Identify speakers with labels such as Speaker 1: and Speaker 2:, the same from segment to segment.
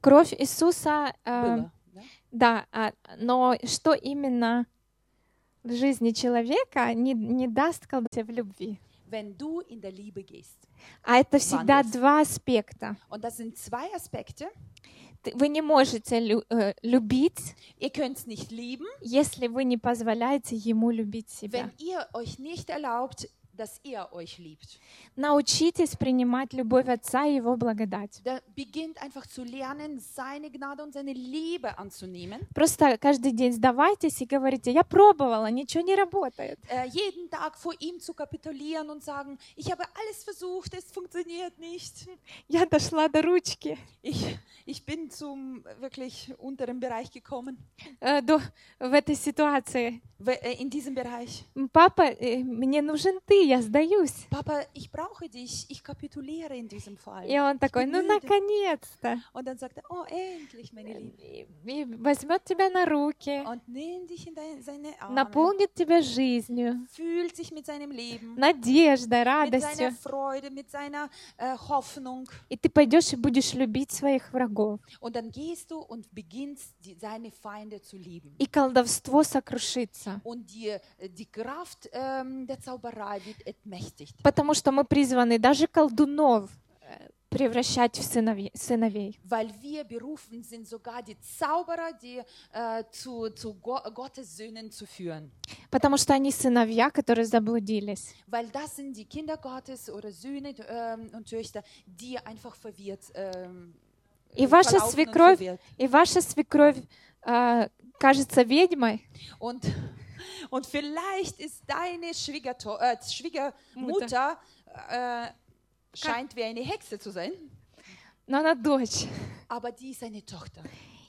Speaker 1: Кровь Иисуса, э,
Speaker 2: было. да?
Speaker 1: да, а, но что именно в жизни человека не, не даст колдовству в любви?
Speaker 2: Wenn du in der Liebe gehst.
Speaker 1: А это всегда
Speaker 2: Wandelst.
Speaker 1: два аспекта.
Speaker 2: Und das sind zwei Aspekte.
Speaker 1: Ты- Вы не можете лю- э, любить,
Speaker 2: Ihr könnt es nicht lieben,
Speaker 1: если вы не позволяете ему любить себя.
Speaker 2: wenn ihr euch nicht erlaubt, dass er euch liebt.
Speaker 1: Научитесь принимать любовь Отца и Его благодать.
Speaker 2: Da beginnt einfach zu lernen, seine Gnade und seine Liebe anzunehmen.
Speaker 1: Просто каждый день сдавайтесь и говорите, я пробовала, ничего не работает.
Speaker 2: Äh, jeden Tag vor ihm zu kapitulieren und sagen, ich habe alles versucht, es funktioniert nicht.
Speaker 1: Я дошла до ручки,
Speaker 2: Ich, ich bin zum äh, wirklich unteren Bereich gekommen.
Speaker 1: э, до, в этой ситуации.
Speaker 2: We- äh, In diesem Bereich.
Speaker 1: «М, Папа, э, мне нужен ты, я сдаюсь.
Speaker 2: Papa, ich brauche dich, ich kapituliere in diesem Fall.
Speaker 1: И он такой, ну
Speaker 2: Блюдо.
Speaker 1: наконец-то.
Speaker 2: Und dann sagt er, oh, endlich, meine Liebe.
Speaker 1: И, и возьмет тебя на руки,
Speaker 2: Und nimm dich in dein, seine Arme.
Speaker 1: наполнит тебя жизнью,
Speaker 2: Fühlt sich mit seinem Leben,
Speaker 1: надеждой,
Speaker 2: mit seiner
Speaker 1: радостью.
Speaker 2: Freude, mit seiner äh, Hoffnung.
Speaker 1: И ты пойдешь и будешь любить своих врагов.
Speaker 2: Und dann gehst du und beginnst, die, seine Feinde zu lieben.
Speaker 1: И колдовство сокрушится.
Speaker 2: Und dir äh, die Kraft ähm, der Zauberei wird entmächtigt.
Speaker 1: Потому что мы призваны даже колдунов э, превращать в сынове- сыновей.
Speaker 2: Weil wir berufen sind, sogar die Zauberer, die äh, zu, zu Go Gottes Söhnen zu führen.
Speaker 1: Потому что они сыновья, которые заблудились.
Speaker 2: Weil das sind die Kinder Gottes oder Söhne ähm, und Töchter, die einfach verwirrt. Ähm,
Speaker 1: И ваша
Speaker 2: verlaufen und
Speaker 1: свекровь,
Speaker 2: verwirrt.
Speaker 1: и ваша свекровь э, кажется ведьмой,
Speaker 2: Und, und vielleicht ist deine Schwiegerto äh, Schwiegermutter äh, scheint wie eine Hexe zu sein,
Speaker 1: но она дочь.
Speaker 2: aber die ist eine Tochter.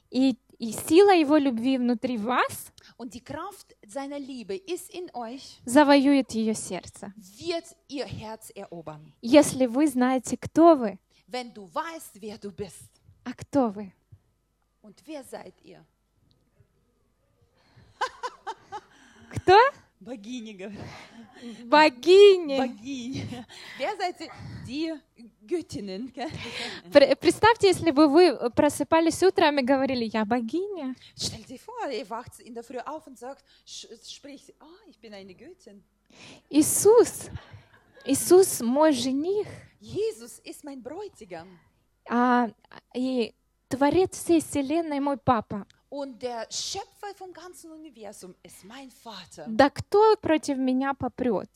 Speaker 1: И, и сила его любви внутри вас
Speaker 2: Und die Kraft seiner Liebe ist in euch,
Speaker 1: завоюет ее сердце.
Speaker 2: wird ihr Herz erobern,
Speaker 1: Если вы знаете, кто вы,
Speaker 2: wenn du weißt, wer du bist.
Speaker 1: а кто вы.
Speaker 2: Und wer seid ihr?
Speaker 1: Кто?
Speaker 2: Bogini. ge-
Speaker 1: Богини.
Speaker 2: Bogini. Wer seid ihr? Die Göttinnen. gell?
Speaker 1: Пр- Представьте, если бы вы э, просыпались утром и говорили, я богиня.
Speaker 2: Stell dir vor, ihr wacht in der Früh auf und sagt, sch- spricht, oh, ich bin eine Göttin.
Speaker 1: Иисус, Иисус мой жених,
Speaker 2: Jesus ist mein Bräutigam.
Speaker 1: а, и творец всей вселенной мой папа.
Speaker 2: Und der Schöpfer vom ganzen Universum ist mein Vater.
Speaker 1: Да кто против меня попрет?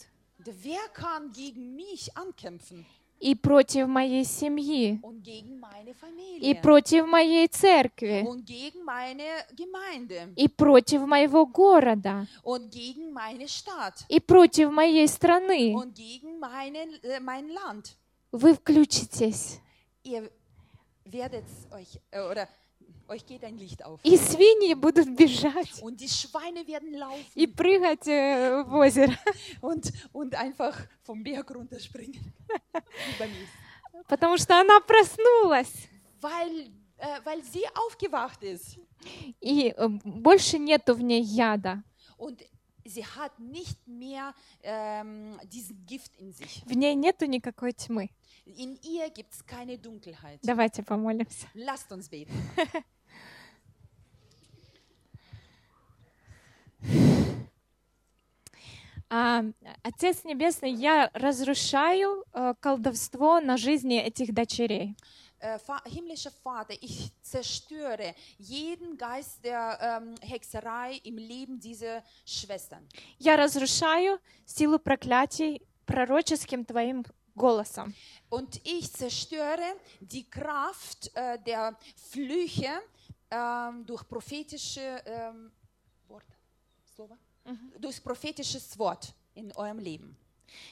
Speaker 2: Wer kann gegen mich ankämpfen
Speaker 1: И против моей семьи,
Speaker 2: und gegen meine
Speaker 1: и
Speaker 2: Familie
Speaker 1: против моей церкви,
Speaker 2: und gegen meine Gemeinde
Speaker 1: и против моего города,
Speaker 2: und gegen meine Stadt
Speaker 1: и против моей страны.
Speaker 2: und gegen meine, äh, mein Land?
Speaker 1: Вы включитесь,
Speaker 2: Ihr werdet euch äh, oder euch geht ein Licht auf.
Speaker 1: и свиньи будут бежать
Speaker 2: Und die Schweine werden
Speaker 1: и
Speaker 2: laufen
Speaker 1: прыгать э, в озеро.
Speaker 2: und, und einfach vom Berg runterspringen. Wie beim Esel.
Speaker 1: Потому что она проснулась.
Speaker 2: weil, äh, weil sie aufgewacht ist
Speaker 1: И э, больше нету в ней яда.
Speaker 2: und sie hat nicht mehr ähm, diesen Gift in sich.
Speaker 1: В ней нету никакой тьмы.
Speaker 2: In ihr gibt es keine Dunkelheit.
Speaker 1: Давайте помолимся.
Speaker 2: Lasst uns beten.
Speaker 1: А, Отец Небесный, я разрушаю э, колдовство на жизни этих дочерей.
Speaker 2: Äh, Fa- himmlischer Vater, ich zerstöre jeden Geist der ähm, Hexerei im Leben dieser Schwestern.
Speaker 1: Я разрушаю силу проклятий пророческим твоим голосом.
Speaker 2: Und ich zerstöre die Kraft äh, der Flüche ähm, durch prophetische ähm, Wort, Слово? durch prophetisches Wort in eurem Leben.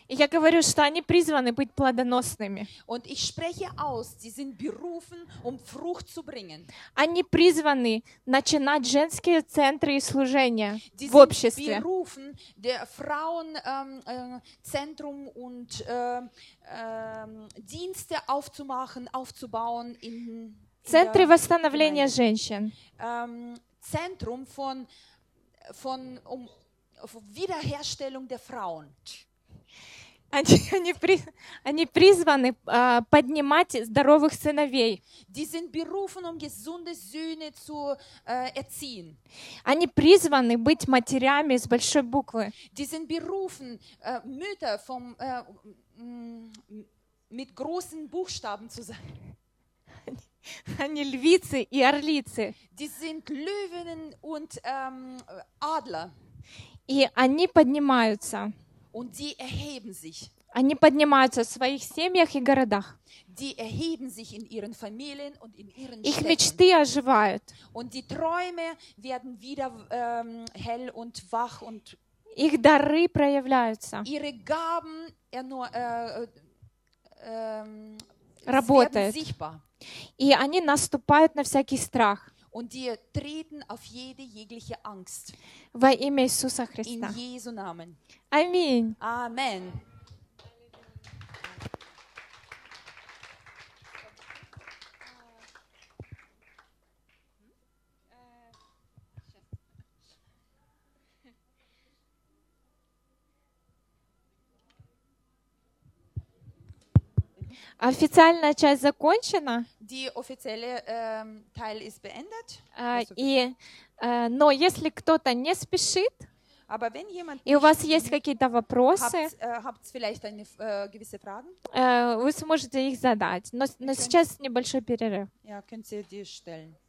Speaker 1: И я говорю, что они призваны быть плодоносными.
Speaker 2: Und ich spreche aus, sie sind berufen, um Frucht zu bringen.
Speaker 1: Они призваны начинать женские центры и служения
Speaker 2: Die
Speaker 1: в обществе.
Speaker 2: berufen, der Frauenzentrum ähm, äh, Zentrum und ähm, ähm, Dienste aufzumachen, aufzubauen in, in
Speaker 1: Центры
Speaker 2: der
Speaker 1: восстановления
Speaker 2: Gemeinde.
Speaker 1: женщин.
Speaker 2: ähm, Zentrum von, von um, auf Wiederherstellung der Frauen.
Speaker 1: Они, они при- они призваны а, поднимать здоровых сыновей.
Speaker 2: Die sind berufen, um gesunde Söhne zu äh, erziehen.
Speaker 1: Они призваны быть матерями с большой буквы.
Speaker 2: Die sind berufen, äh, Mütter vom, äh, m- m- mit großen Buchstaben zu sein.
Speaker 1: Они львицы и орлицы.
Speaker 2: Die sind Löwinnen und ähm, Adler.
Speaker 1: И они поднимаются.
Speaker 2: Und die erheben sich.
Speaker 1: Они поднимаются в своих семьях и городах.
Speaker 2: Die erheben sich in ihren Familien und in ihren
Speaker 1: Их
Speaker 2: Städten.
Speaker 1: мечты оживают.
Speaker 2: Und die Träume werden wieder ähm, hell und wach und
Speaker 1: Их дары проявляются.
Speaker 2: ihre Gaben erneu- äh, äh, ähm, es werden
Speaker 1: Работает.
Speaker 2: sichtbar.
Speaker 1: И они наступают на всякий страх
Speaker 2: Und die treten auf jede jegliche Angst.
Speaker 1: во имя Иисуса
Speaker 2: In
Speaker 1: Христа.
Speaker 2: Jesu Namen.
Speaker 1: Аминь.
Speaker 2: Amen.
Speaker 1: Официальная часть закончена,
Speaker 2: Die offizielle ähm, Teil ist beendet.
Speaker 1: а,
Speaker 2: Also,
Speaker 1: и, э, но если кто-то не спешит,
Speaker 2: aber wenn jemand
Speaker 1: и у вас есть какие-то
Speaker 2: habt,
Speaker 1: вопросы,
Speaker 2: äh, habt vielleicht eine äh, gewisse Fragen,
Speaker 1: э, вы сможете их задать. Но, но сейчас небольшой перерыв.
Speaker 2: ja, könnt ihr die stellen.